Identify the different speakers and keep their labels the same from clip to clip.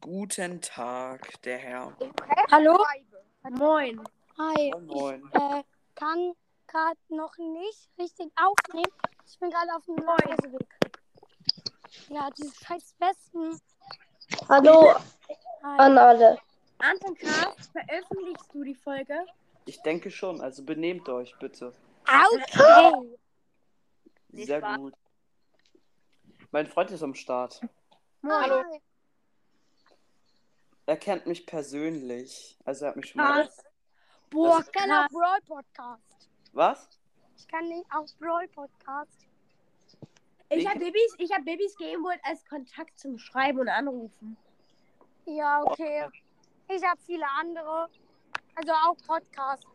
Speaker 1: Guten Tag, der Herr.
Speaker 2: Hallo?
Speaker 3: Moin.
Speaker 2: Hi.
Speaker 1: Moin, moin.
Speaker 2: Ich äh, kann gerade noch nicht richtig aufnehmen. Ich bin gerade auf dem Nachhauseweg. Ja, diese scheiß Westen.
Speaker 4: Hallo
Speaker 2: Hi.
Speaker 4: an alle.
Speaker 3: Anton K., veröffentlichst du die Folge?
Speaker 1: Ich denke schon, also benehmt euch bitte.
Speaker 2: Okay.
Speaker 3: Nicht
Speaker 1: Sehr
Speaker 3: wahr?
Speaker 1: gut. Mein Freund ist am Start.
Speaker 3: Moin.
Speaker 2: Hi.
Speaker 1: Er kennt mich persönlich. Also er hat mich schon mal.
Speaker 3: Was? Boah,
Speaker 2: Ich kann auch
Speaker 3: krass.
Speaker 2: Brawl Podcast.
Speaker 1: Was?
Speaker 2: Ich kann nicht auch Brawl Podcast.
Speaker 3: Ich habe Babys, ich hab Babys Gameboard als Kontakt zum Schreiben und Anrufen.
Speaker 2: Ja, okay. Ich habe viele andere. Also auch Podcasts.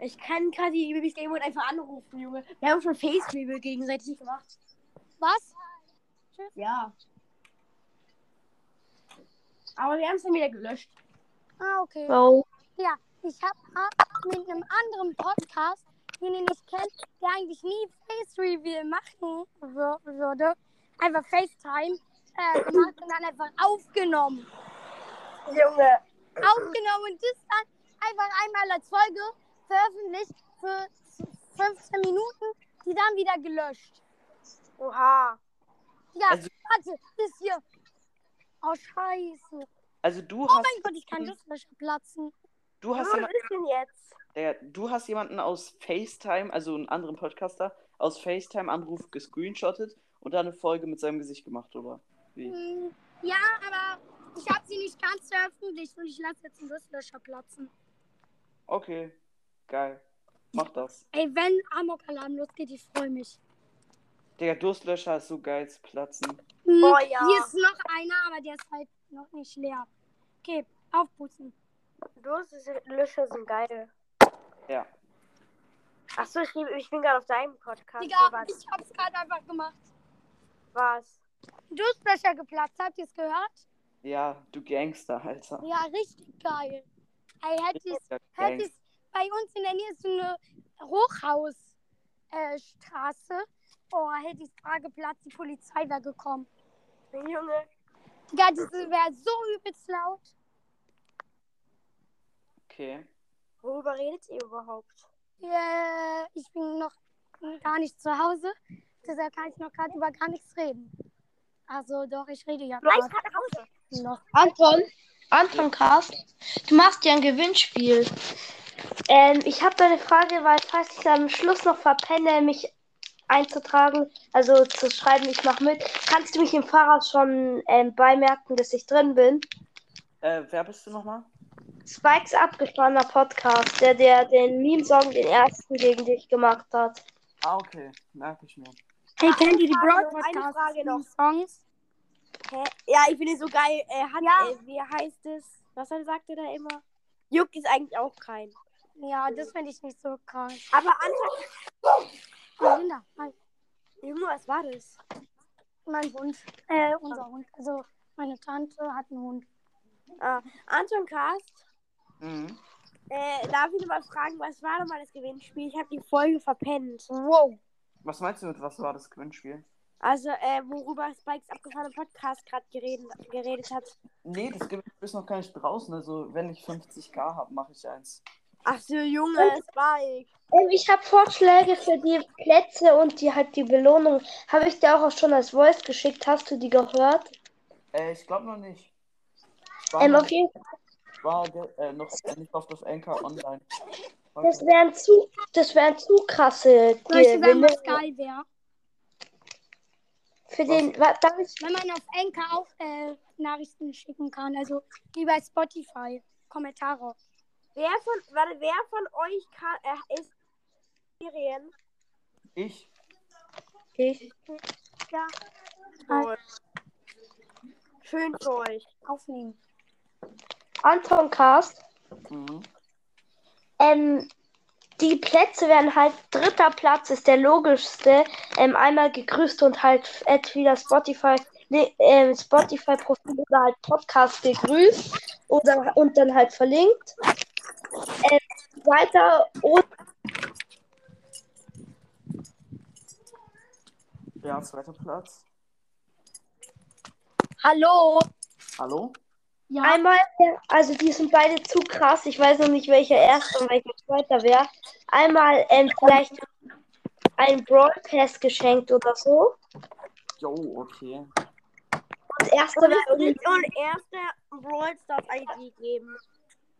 Speaker 3: Ich kann quasi die Babys Gameboard einfach anrufen, Junge. Wir haben schon Face-Reveal gegenseitig gemacht.
Speaker 2: Was?
Speaker 3: Ja. Aber wir haben es dann wieder gelöscht.
Speaker 2: Ah, okay.
Speaker 4: Wow.
Speaker 2: Ich habe mit einem anderen Podcast, den ihr nicht kennt, der eigentlich nie Face Reveal machen wür- würde, einfach FaceTime äh, gemacht und dann einfach aufgenommen.
Speaker 3: Junge.
Speaker 2: Aufgenommen und das dann einfach einmal als Folge veröffentlicht für 15 Minuten, die dann wieder gelöscht.
Speaker 3: Oha.
Speaker 2: Ja,
Speaker 1: Also-
Speaker 2: warte, das hier. Oh, scheiße.
Speaker 1: Also du
Speaker 2: Oh
Speaker 1: hast
Speaker 2: mein Gott, ich kann das Löcher platzen.
Speaker 1: du hast jemanden,
Speaker 3: ist denn jetzt?
Speaker 1: der, du hast jemanden aus FaceTime, also einen anderen Podcaster, aus FaceTime Anruf gescreenshottet und dann eine Folge mit seinem Gesicht gemacht, oder?
Speaker 3: Mhm.
Speaker 1: Wie?
Speaker 2: Hm, Ja, aber ich habe sie nicht ganz veröffentlicht und ich lasse jetzt einen Nusslöcher platzen.
Speaker 1: Okay. Geil. Mach das.
Speaker 2: Ey, wenn Amok-Alarm losgeht, ich freue mich.
Speaker 1: Der Durstlöscher ist so geil zu platzen.
Speaker 2: Hm,
Speaker 3: Boah, ja.
Speaker 2: Hier ist noch einer, aber der ist halt noch nicht leer. Okay, aufputzen.
Speaker 3: Durstlöscher sind geil.
Speaker 1: Ja.
Speaker 3: Achso, ich, ich bin gerade auf deinem Podcast.
Speaker 2: Digga, ich hab's gerade einfach gemacht.
Speaker 3: Was?
Speaker 2: Durstlöcher geplatzt, habt ihr es gehört?
Speaker 1: Ja, du Gangster, Alter.
Speaker 2: Ja, richtig geil. Ey, hätte ich
Speaker 1: Ja,
Speaker 2: Hört
Speaker 1: Gangster.
Speaker 2: sich bei uns in der Nähe ist so eine Hochhausstraße. Äh, Straße. oh, hätte ich da geplatzt, die Polizei wäre gekommen.
Speaker 3: Junge.
Speaker 2: Digga, das wäre so übelst laut.
Speaker 1: Okay.
Speaker 3: Worüber redet ihr überhaupt?
Speaker 2: Äh, ich bin noch gar nicht zu Hause, deshalb kann ich noch gerade über gar nichts reden. Also doch, ich rede ja
Speaker 3: Gleich
Speaker 2: gerade
Speaker 3: gerade nach Hause.
Speaker 2: noch.
Speaker 4: Anton, Anton Cast, du machst ja ein Gewinnspiel. Ähm, ich habe da eine Frage, weil falls ich es am Schluss noch verpenne, mich einzutragen, also zu schreiben, ich mache mit, kannst du mich im Voraus schon ähm, beimerken, dass ich drin bin?
Speaker 1: Äh, wer bist du nochmal?
Speaker 4: Spikes abgespannter Podcast, der, der den Meme-Song, den ersten gegen dich gemacht hat.
Speaker 1: Ah, okay. Merke ich mir.
Speaker 2: Hey, kennt ihr die
Speaker 3: Frage
Speaker 2: Broad
Speaker 3: noch, eine
Speaker 2: Podcast
Speaker 3: Frage noch.
Speaker 2: Songs?
Speaker 3: Hä? Ja, ich finde es so geil. Äh, hat,
Speaker 2: Ja.
Speaker 3: äh, wie heißt es? Was dann sagt er da immer? Juckt ist eigentlich auch kein.
Speaker 2: Ja, das finde ich nicht so krass.
Speaker 3: Aber Anton,
Speaker 2: Oh, Linda, mein,
Speaker 3: Junge, was war das?
Speaker 2: mein Hund, äh, unser Hund. Also meine Tante hat einen Hund.
Speaker 3: Anton Cast,
Speaker 1: Mhm.
Speaker 3: äh, darf ich nochmal fragen, was war nochmal das Gewinnspiel? Ich habe die Folge verpennt.
Speaker 2: Wow.
Speaker 1: Was meinst du mit was war das Gewinnspiel?
Speaker 3: Also, äh, worüber Spikes abgefahrene Podcast gerade geredet, geredet hat.
Speaker 1: Nee, das Gewinnspiel ist noch gar nicht draußen. Also, wenn ich 50k habe, mache ich eins.
Speaker 3: Ach so, Junge, Spike.
Speaker 4: Ähm, Ich habe Vorschläge für die Plätze und die halt die Belohnung. Habe ich dir auch schon als Voice geschickt? Hast du die gehört?
Speaker 1: Äh, ich glaube noch nicht. War,
Speaker 4: Ähm,
Speaker 1: noch,
Speaker 4: auf jeden Fall,
Speaker 1: war ge- äh, noch nicht auf das Anchor online. War
Speaker 4: das
Speaker 1: ge-
Speaker 4: wären zu, das wären zu krasse
Speaker 2: Soll ich dir sagen,
Speaker 4: Gewinne.
Speaker 2: was geil wäre?
Speaker 4: Für den, wa- darf ich,
Speaker 2: Wenn man auf Anchor auch äh, Nachrichten schicken kann. Also wie bei Spotify. Kommentare.
Speaker 3: Wer von, warte, wer von euch kann, äh, ist Serien?
Speaker 1: ich?
Speaker 2: Ja,
Speaker 3: Toll. Schön für euch.
Speaker 2: aufnehmen.
Speaker 4: Anton Cast,
Speaker 1: Mhm.
Speaker 4: ähm, die Plätze wären halt, dritter Platz ist der logischste. Ähm, einmal gegrüßt und halt entweder Spotify, nee, ähm, Spotify-Profil oder halt Podcast gegrüßt oder, und dann halt verlinkt. Ähm, weiter oder
Speaker 1: Ja, zweiter Platz.
Speaker 2: Hallo?
Speaker 1: Hallo?
Speaker 2: Ja.
Speaker 4: Einmal, also die sind beide zu krass. Ich weiß noch nicht, welcher erster und welcher zweiter wäre. Einmal ähm, vielleicht ein Brawl Pass geschenkt oder so.
Speaker 1: Jo, okay.
Speaker 4: Und erster
Speaker 3: Und,
Speaker 4: wäre irgendwie.
Speaker 3: und erster Brawl Stars ID geben.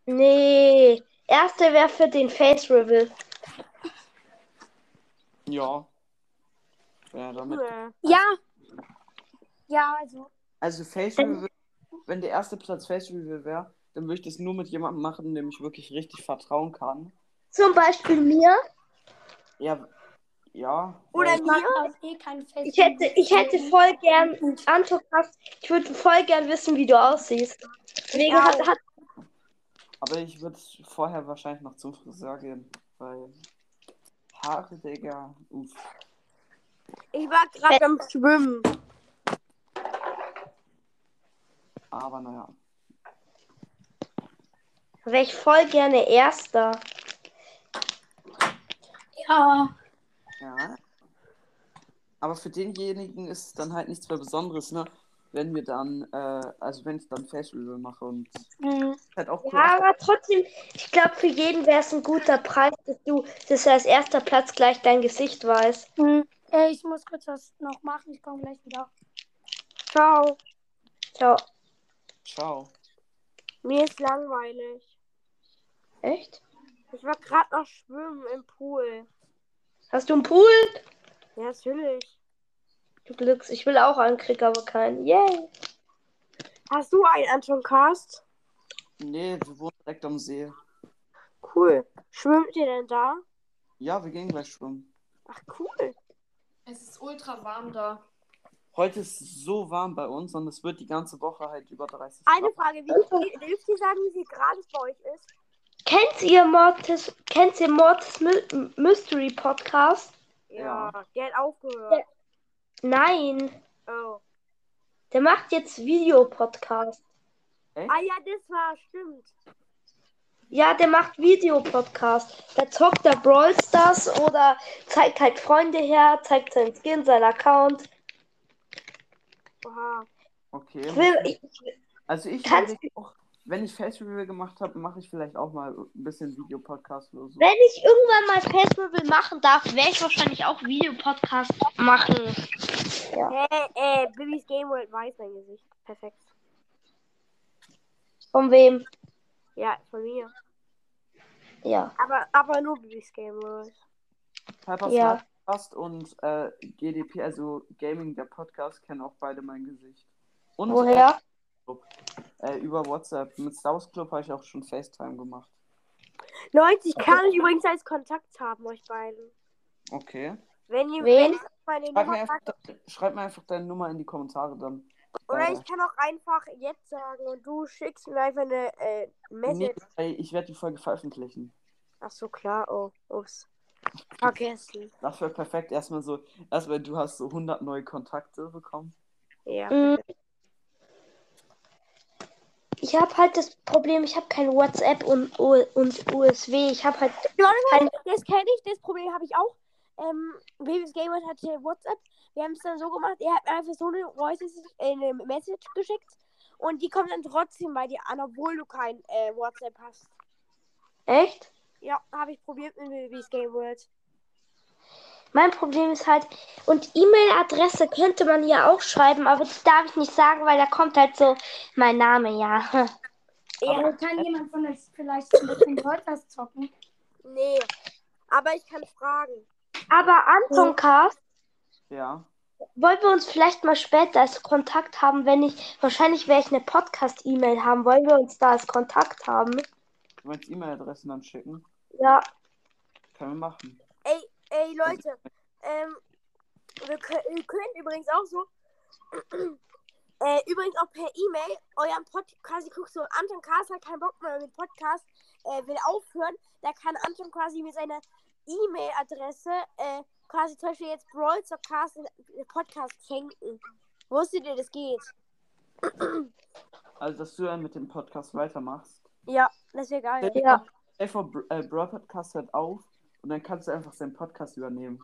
Speaker 4: Nee. Erster wäre für den Face Reveal.
Speaker 1: Ja. Ja, damit.
Speaker 3: Cool.
Speaker 2: Ja. Ja, also.
Speaker 1: Also Face Reveal, wenn der erste Platz Face Reveal wäre, dann würde ich das nur mit jemandem machen, dem ich wirklich richtig vertrauen kann.
Speaker 4: Zum Beispiel mir.
Speaker 1: Ja. Ja.
Speaker 3: Oder
Speaker 1: weil-
Speaker 2: Ich mag auch eh kein Face.
Speaker 4: Ich hätte, ich hätte voll gern, Antokas, ich würde voll gern wissen, wie du aussiehst. Deswegen
Speaker 3: Ja.
Speaker 4: hat, hat
Speaker 1: aber ich würde vorher wahrscheinlich noch zum Friseur gehen, weil Haare, Digga. Uff.
Speaker 3: Ich war gerade am Schwimmen.
Speaker 1: Aber naja.
Speaker 4: wäre ich voll gerne Erster.
Speaker 2: Ja.
Speaker 1: Ja. Aber für denjenigen ist es dann halt nichts mehr Besonderes, ne? Wenn wir dann, äh, also wenn ich dann Face Reveal mache und
Speaker 2: Mhm.
Speaker 1: halt auch cool.
Speaker 4: Ja, aber trotzdem, ich glaube, für jeden wäre es ein guter Preis, dass du, dass er als erster Platz gleich dein Gesicht weiß.
Speaker 2: Mhm. Äh, Ich muss kurz was noch machen. Ich komme gleich wieder. Ciao.
Speaker 4: Ciao.
Speaker 1: Ciao.
Speaker 3: Mir ist langweilig.
Speaker 4: Echt?
Speaker 3: Ich war gerade noch schwimmen im Pool.
Speaker 4: Hast du einen Pool?
Speaker 3: Ja, natürlich.
Speaker 4: Du Glücks, ich will auch einen, krieg aber keinen. Yay.
Speaker 3: Hast du einen Anton Cast?
Speaker 1: Nee, wir wohnen direkt am See.
Speaker 3: Cool. Schwimmt ihr denn da?
Speaker 1: Ja, wir gehen gleich schwimmen.
Speaker 3: Ach cool.
Speaker 5: Es ist ultra warm da.
Speaker 1: Heute ist es so warm bei uns und es wird die ganze Woche halt über 30 Grad.
Speaker 3: Eine Frage, wie dürft ihr sagen, wie viel Grad es bei euch ist?
Speaker 4: Kennt ihr Mortis, kennt ihr Mortis My Mystery Podcast?
Speaker 1: Ja.
Speaker 3: Der hat aufgehört.
Speaker 4: Nein.
Speaker 3: Oh.
Speaker 4: Der macht jetzt Videopodcast.
Speaker 3: Ah ja, das war stimmt.
Speaker 4: Ja, der macht Videopodcast. Da zockt er Brawl Stars oder zeigt halt Freunde her, zeigt seinen Skin, seinen Account.
Speaker 3: Oha.
Speaker 4: Ich
Speaker 1: Okay.
Speaker 4: will, ich,
Speaker 1: Also ich
Speaker 4: Kannst-
Speaker 1: überlege auch, wenn ich Face Reveal gemacht habe, mache ich vielleicht auch mal ein bisschen Videopodcast oder so.
Speaker 4: wenn ich irgendwann mal Festival machen darf, werde ich wahrscheinlich auch Videopodcast machen.
Speaker 3: Hey, äh, Bibis Game World weiß mein Gesicht. Perfekt.
Speaker 4: Von wem?
Speaker 3: Ja, von mir.
Speaker 4: Ja.
Speaker 3: Aber, aber nur Bibis Game World.
Speaker 1: Piper
Speaker 4: Ja.
Speaker 1: Podcast und äh, GDP, also Gaming, der Podcast, kennen auch beide mein Gesicht. Und
Speaker 4: Woher?
Speaker 1: Äh, über WhatsApp. Mit Staus Club habe ich auch schon FaceTime gemacht.
Speaker 3: Leute, ich kann euch übrigens als Kontakt haben, euch beiden.
Speaker 1: Okay.
Speaker 3: Wenn ihr wenn
Speaker 4: Wen?
Speaker 3: ich bei den
Speaker 1: Schreib mir,
Speaker 3: Nummer
Speaker 1: einfach,
Speaker 3: sagt,
Speaker 1: schreib mir einfach deine Nummer in die Kommentare dann.
Speaker 3: oder
Speaker 1: äh,
Speaker 3: ich kann auch einfach jetzt sagen und du schickst mir einfach eine äh,
Speaker 1: Nee,
Speaker 3: Message.
Speaker 1: ey, ich werde die Folge veröffentlichen.
Speaker 3: Ach so, klar. Oh, ups. Vergessen.
Speaker 1: Das wäre perfekt. Erstmal so, erstmal du hast so 100 neue Kontakte bekommen.
Speaker 3: Ja.
Speaker 4: Mm. Ich habe halt das Problem, ich habe kein WhatsApp und, U- und USW. Ich habe halt.
Speaker 3: Jonathan, das kenne ich, das Problem habe ich auch. Ähm, Babys Gamer hatte WhatsApp. Wir haben es dann so gemacht, er hat mir einfach so eine, Voice, äh, eine Message geschickt und die kommt dann trotzdem bei dir an, obwohl du kein äh, WhatsApp hast.
Speaker 4: Echt?
Speaker 3: Ja, habe ich probiert mit Babys Game World.
Speaker 4: Mein Problem ist halt, und E-Mail-Adresse könnte man ja auch schreiben, aber das darf ich nicht sagen, weil da kommt halt so mein Name, ja.
Speaker 3: Ja,
Speaker 2: Also kann jemand von euch vielleicht ein bisschen Broadcast zocken?
Speaker 3: nee. Aber ich kann fragen.
Speaker 4: Aber
Speaker 3: Mhm.
Speaker 4: Anton Cast,
Speaker 1: Ja.
Speaker 4: wollen wir uns vielleicht mal später als Kontakt haben, wenn ich, wahrscheinlich werde ich eine Podcast-E-Mail haben, wollen wir uns da als Kontakt haben?
Speaker 1: Du meinst E-Mail-Adressen dann schicken?
Speaker 4: Ja,
Speaker 1: Können wir machen.
Speaker 3: Ey, ey, Leute, ähm, wir, kö- ihr könnt übrigens auch so, äh, übrigens auch per E-Mail euren Podcast, ihr guckt so, Anton Kars hat keinen Bock mehr auf den Podcast, äh, will aufhören, da kann Anton quasi mit seiner E-Mail-Adresse, äh, quasi zum Beispiel jetzt Brawl zur Cast den Podcast schenken. Wusstet ihr, das geht?
Speaker 1: Also, dass du dann mit dem Podcast weitermachst.
Speaker 3: Ja, das wäre geil.
Speaker 4: ja.
Speaker 1: Stell dir vor, Br- äh, Brawl Podcast hört auf und dann kannst du einfach seinen Podcast übernehmen.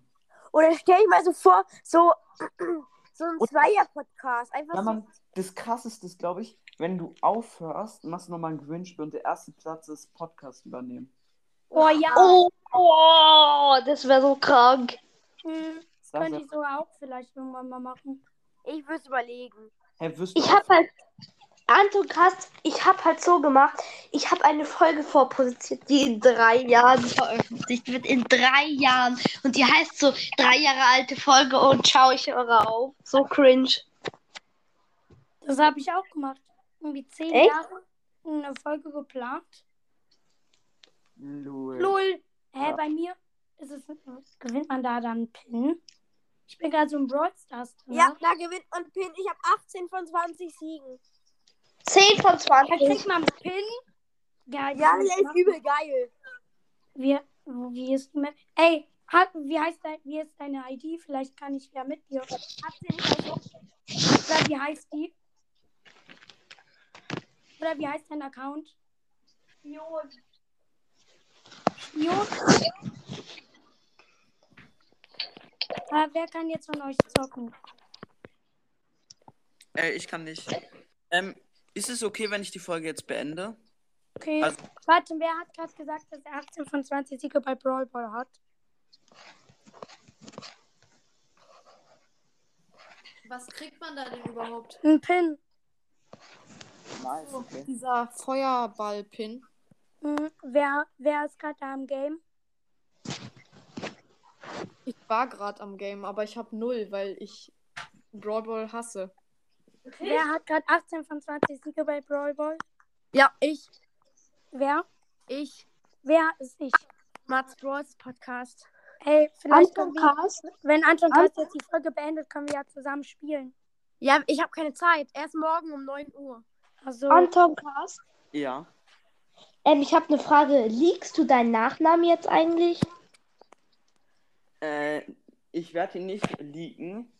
Speaker 3: Oder stell ich mal so vor, so, So ein
Speaker 1: Und-
Speaker 3: Zweier-Podcast. Einfach
Speaker 1: Ja,
Speaker 3: so.
Speaker 1: man, das krasseste ist, glaube ich, wenn du aufhörst, machst du nochmal ein Gewinnspiel und der erste Platz ist Podcast übernehmen.
Speaker 2: Oh ja,
Speaker 4: Oh, oh das wäre so krank.
Speaker 2: hm,
Speaker 1: Das wär
Speaker 2: könnte
Speaker 1: sehr-
Speaker 2: ich sogar auch vielleicht irgendwann mal machen.
Speaker 3: Ich würde es überlegen.
Speaker 1: Hä, wirst du
Speaker 4: Ich habe halt, Anton Kast, ich habe halt so gemacht, ich habe eine Folge vorproduziert, die in drei Jahren veröffentlicht wird. In drei Jahren. Und die heißt so, drei Jahre alte Folge und schau ich höre auf. So cringe.
Speaker 2: Das habe ich auch gemacht. Irgendwie zehn
Speaker 4: Echt?
Speaker 2: Jahre eine Folge geplant.
Speaker 1: Lul.
Speaker 2: Lol. Hä,
Speaker 1: Ja.
Speaker 2: bei mir ist es,
Speaker 3: Mhm.
Speaker 2: gewinnt man da dann einen Pin? Ich bin gerade so ein Brawl Stars. drin.
Speaker 3: Ja, da gewinnt man Pin. Ich habe 18 von 20 Siegen.
Speaker 4: 10 von
Speaker 2: Da
Speaker 4: 20.
Speaker 2: kriegt man einen Pin. Geil.
Speaker 3: Ja,
Speaker 2: das
Speaker 3: der ist
Speaker 2: machen.
Speaker 3: übel geil.
Speaker 2: Wie, wie ist die Map? Ey, hat, wie, heißt dein, wie ist deine ID? Vielleicht kann ich ja mit dir. Hat sie nicht also, oder wie heißt die? Oder wie heißt dein Account? Spion. Spion? Äh, wer kann jetzt von euch zocken?
Speaker 1: Äh, ich kann nicht. Ähm, ist es okay, wenn ich die Folge jetzt beende?
Speaker 2: Okay.
Speaker 1: Also-
Speaker 2: Warte, wer hat gerade gesagt, dass er 18 von 20 Siege bei Brawl Ball hat?
Speaker 5: Was kriegt man da denn überhaupt?
Speaker 2: Ein Pin.
Speaker 1: Nice, okay.
Speaker 5: Dieser Feuerball-Pin.
Speaker 2: Hm, wer, wer ist gerade da im Game?
Speaker 5: Ich war gerade am Game, aber ich habe null, weil ich Broadball hasse.
Speaker 2: Wer hat gerade 18 von 20 Siege bei Brawl Ball?
Speaker 3: Ja, ich.
Speaker 2: Wer?
Speaker 3: Ich.
Speaker 2: Wer ist ich?
Speaker 3: Mats Bros Podcast.
Speaker 2: Ey, vielleicht
Speaker 4: Anton
Speaker 2: können wir,
Speaker 4: Kast.
Speaker 2: wenn Anton Kast jetzt die Folge beendet, können wir ja zusammen spielen.
Speaker 3: Ja, ich habe keine Zeit. Erst morgen um 9 Uhr.
Speaker 2: Also,
Speaker 4: Anton Kast.
Speaker 1: Ja.
Speaker 4: Ähm, ich habe eine Frage. Liegst du deinen Nachnamen jetzt eigentlich?
Speaker 1: Äh, ich werde ihn nicht leaken.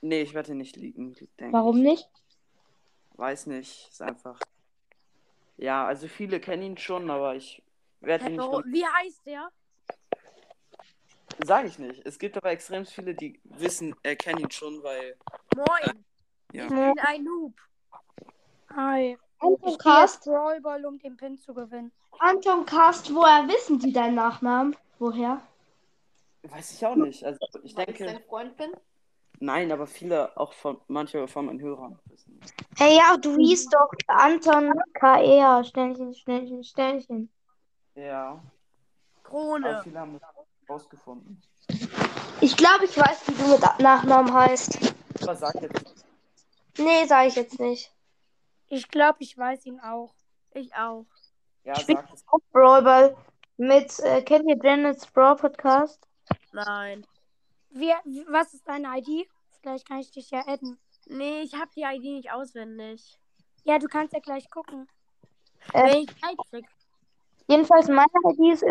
Speaker 1: Nee, ich werde ihn nicht leaken, denke
Speaker 4: Warum
Speaker 1: ich.
Speaker 4: nicht?
Speaker 1: Weiß nicht, ist einfach. Ja, also viele kennen ihn schon, aber ich werde ihn nicht.
Speaker 3: Oh,
Speaker 1: Warum?
Speaker 3: wie heißt der?
Speaker 1: Sag ich nicht. Es gibt aber extrem viele, die wissen, äh, kennen ihn schon, weil.
Speaker 3: Moin.
Speaker 1: Ja.
Speaker 3: Ich bin ein Noob.
Speaker 2: hi.
Speaker 4: Anton
Speaker 2: Ich spiele
Speaker 4: Kast.
Speaker 2: jetzt Brawl Ball, um den Pin zu gewinnen.
Speaker 4: Anton Kast, woher wissen die deinen Nachnamen? Woher?
Speaker 1: Weiß ich auch nicht. Also ich
Speaker 5: Weil ich
Speaker 1: denke.
Speaker 5: sein Freund bin.
Speaker 1: Nein, aber viele auch von manche von meinen Hörern wissen.
Speaker 4: Hey, ja, du hieß doch Anton K.E.A. Schnellchen, Schnellchen, Schnellchen.
Speaker 1: Ja. Aber
Speaker 3: Krone.
Speaker 1: viele haben es rausgefunden.
Speaker 4: Ich glaube, ich weiß, wie du mit Nachnamen heißt.
Speaker 1: Aber sag jetzt.
Speaker 4: Nee, sage ich jetzt nicht.
Speaker 2: Ich glaube, ich weiß ihn auch.
Speaker 3: Ich auch.
Speaker 1: Ja,
Speaker 4: Ich bin-
Speaker 1: sag es.
Speaker 4: Auf Brawlball mit, äh, kennt ihr Janet's Brawl Podcast?
Speaker 3: Nein.
Speaker 2: Wer, was ist deine ID? Vielleicht kann ich dich ja adden.
Speaker 3: Nee, ich habe die ID nicht auswendig.
Speaker 2: Ja, du kannst ja gleich gucken.
Speaker 4: Äh.
Speaker 3: Wenn ich Zeit krieg.
Speaker 4: Jedenfalls meine ID ist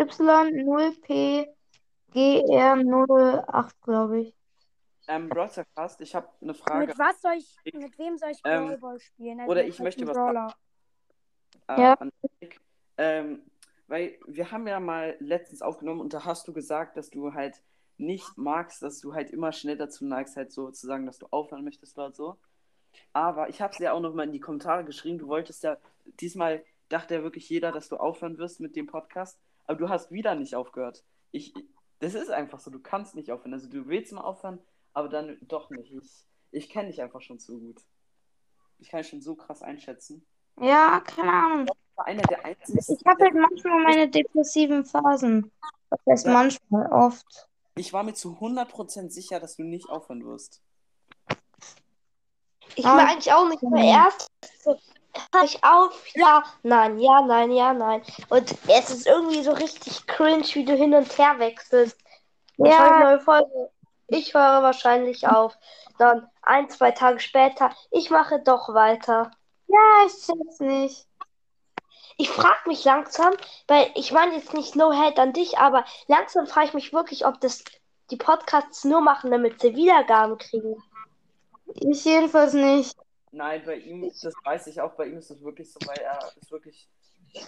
Speaker 4: Y0PGR08, glaube ich.
Speaker 1: Ähm, Broadcast, ich habe eine Frage.
Speaker 2: Mit was soll ich, mit wem soll ich
Speaker 1: Ähm,
Speaker 2: Brawl Ball spielen? Also
Speaker 1: oder
Speaker 2: mit
Speaker 1: ich möchte was
Speaker 2: welchem Brawler?
Speaker 1: äh,
Speaker 4: Ja.
Speaker 1: an Nick. Ähm, weil wir haben ja mal letztens aufgenommen und da hast du gesagt, dass du halt nicht magst, dass du halt immer schnell dazu neigst, halt so zu sagen, dass du aufhören möchtest oder so. Aber ich habe es ja auch nochmal in die Kommentare geschrieben. Du wolltest ja, diesmal dachte ja wirklich jeder, dass du aufhören wirst mit dem Podcast, aber du hast wieder nicht aufgehört. Ich, das ist einfach so, du kannst nicht aufhören. Also du willst mal aufhören, aber dann doch nicht. Ich, ich kenne dich einfach schon zu gut. Ich kann dich schon so krass einschätzen
Speaker 4: Ja, keine Ahnung.
Speaker 1: war einer der einzigen.
Speaker 4: Ich habe halt manchmal meine depressiven Phasen. Das heißt
Speaker 1: Ja.
Speaker 4: manchmal oft.
Speaker 1: Ich war mir zu 100% sicher, dass du nicht aufhören wirst.
Speaker 4: Ich
Speaker 2: war
Speaker 4: eigentlich auch nicht. Aber erst höre ich auf, ja, nein, ja, nein, ja, nein. Und es ist irgendwie so richtig cringe, wie du hin und her wechselst. Ja. Neue Folge. Ich höre wahrscheinlich auf. Dann ein, zwei Tage später, ich mache doch weiter. Ja, ich schaff's nicht. Ich frage mich langsam, weil ich meine jetzt nicht No Hate an dich, aber langsam frage ich mich wirklich, ob das die Podcasts nur machen, damit sie Wiedergaben kriegen. Ich jedenfalls nicht.
Speaker 1: Nein, bei ihm, das weiß ich auch, bei ihm ist es wirklich so, weil er ist wirklich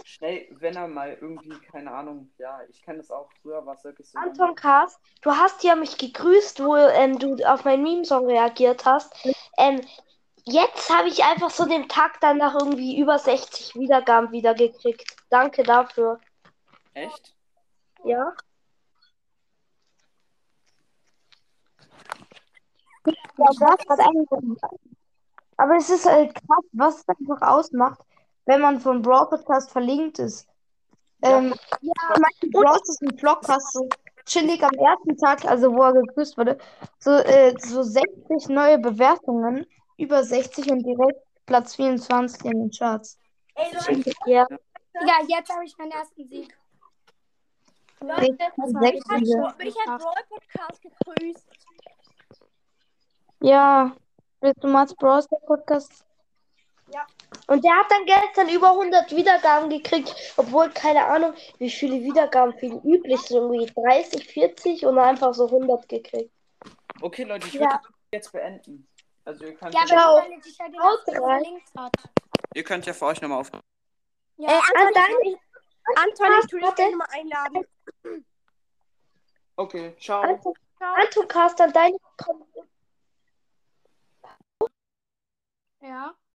Speaker 1: schnell, wenn er mal irgendwie, keine Ahnung, ja, ich kenne das auch, früher war es wirklich so.
Speaker 4: Anton Kars, du hast ja mich gegrüßt, wo ähm, du auf meinen Meme-Song reagiert hast. Ähm, jetzt habe ich einfach so den Tag danach irgendwie über 60 Wiedergaben wieder gekriegt. Danke dafür.
Speaker 1: Echt?
Speaker 4: Ja?
Speaker 6: Ja, das hat einen Grund. Aber es ist halt krass, was es einfach ausmacht, wenn man von Broadcast verlinkt ist. Ähm, ja, mein Broadcast ist ein Vlogcast, so chillig am ersten Tag, also wo er gegrüßt wurde, so, äh, so 60 neue Bewertungen, über 60 und direkt Platz 24 in den Charts.
Speaker 3: Ey, Leute,
Speaker 4: Ja.
Speaker 2: Digga, jetzt habe ich meinen ersten Sieg.
Speaker 3: Leute, mich hat,
Speaker 6: Sechs-
Speaker 3: mich hat Brawl Podcast gegrüßt.
Speaker 6: Ja, willst du Mats Bros. Podcast?
Speaker 4: Und der hat dann gestern über 100 Wiedergaben gekriegt, obwohl keine Ahnung, wie viele Wiedergaben für ihn üblich sind. Irgendwie 30, 40 und einfach so 100 gekriegt.
Speaker 1: Okay, Leute, ich
Speaker 4: Ja.
Speaker 1: würde das jetzt beenden. Also ihr könnt
Speaker 2: Ja,
Speaker 1: ja,
Speaker 4: Ciao.
Speaker 2: aber weil ich halt den ersten
Speaker 4: Ciao.
Speaker 2: verlinkt hat.
Speaker 1: ihr könnt ja für euch nochmal auf.
Speaker 3: Äh, Anton,
Speaker 4: Anton,
Speaker 3: ich, will dich- Anton, ich tu dich
Speaker 4: warte.
Speaker 3: gleich nochmal einladen.
Speaker 1: Okay, ciao.
Speaker 4: Anton, Anton Carsten, deine Kom
Speaker 5: Ja.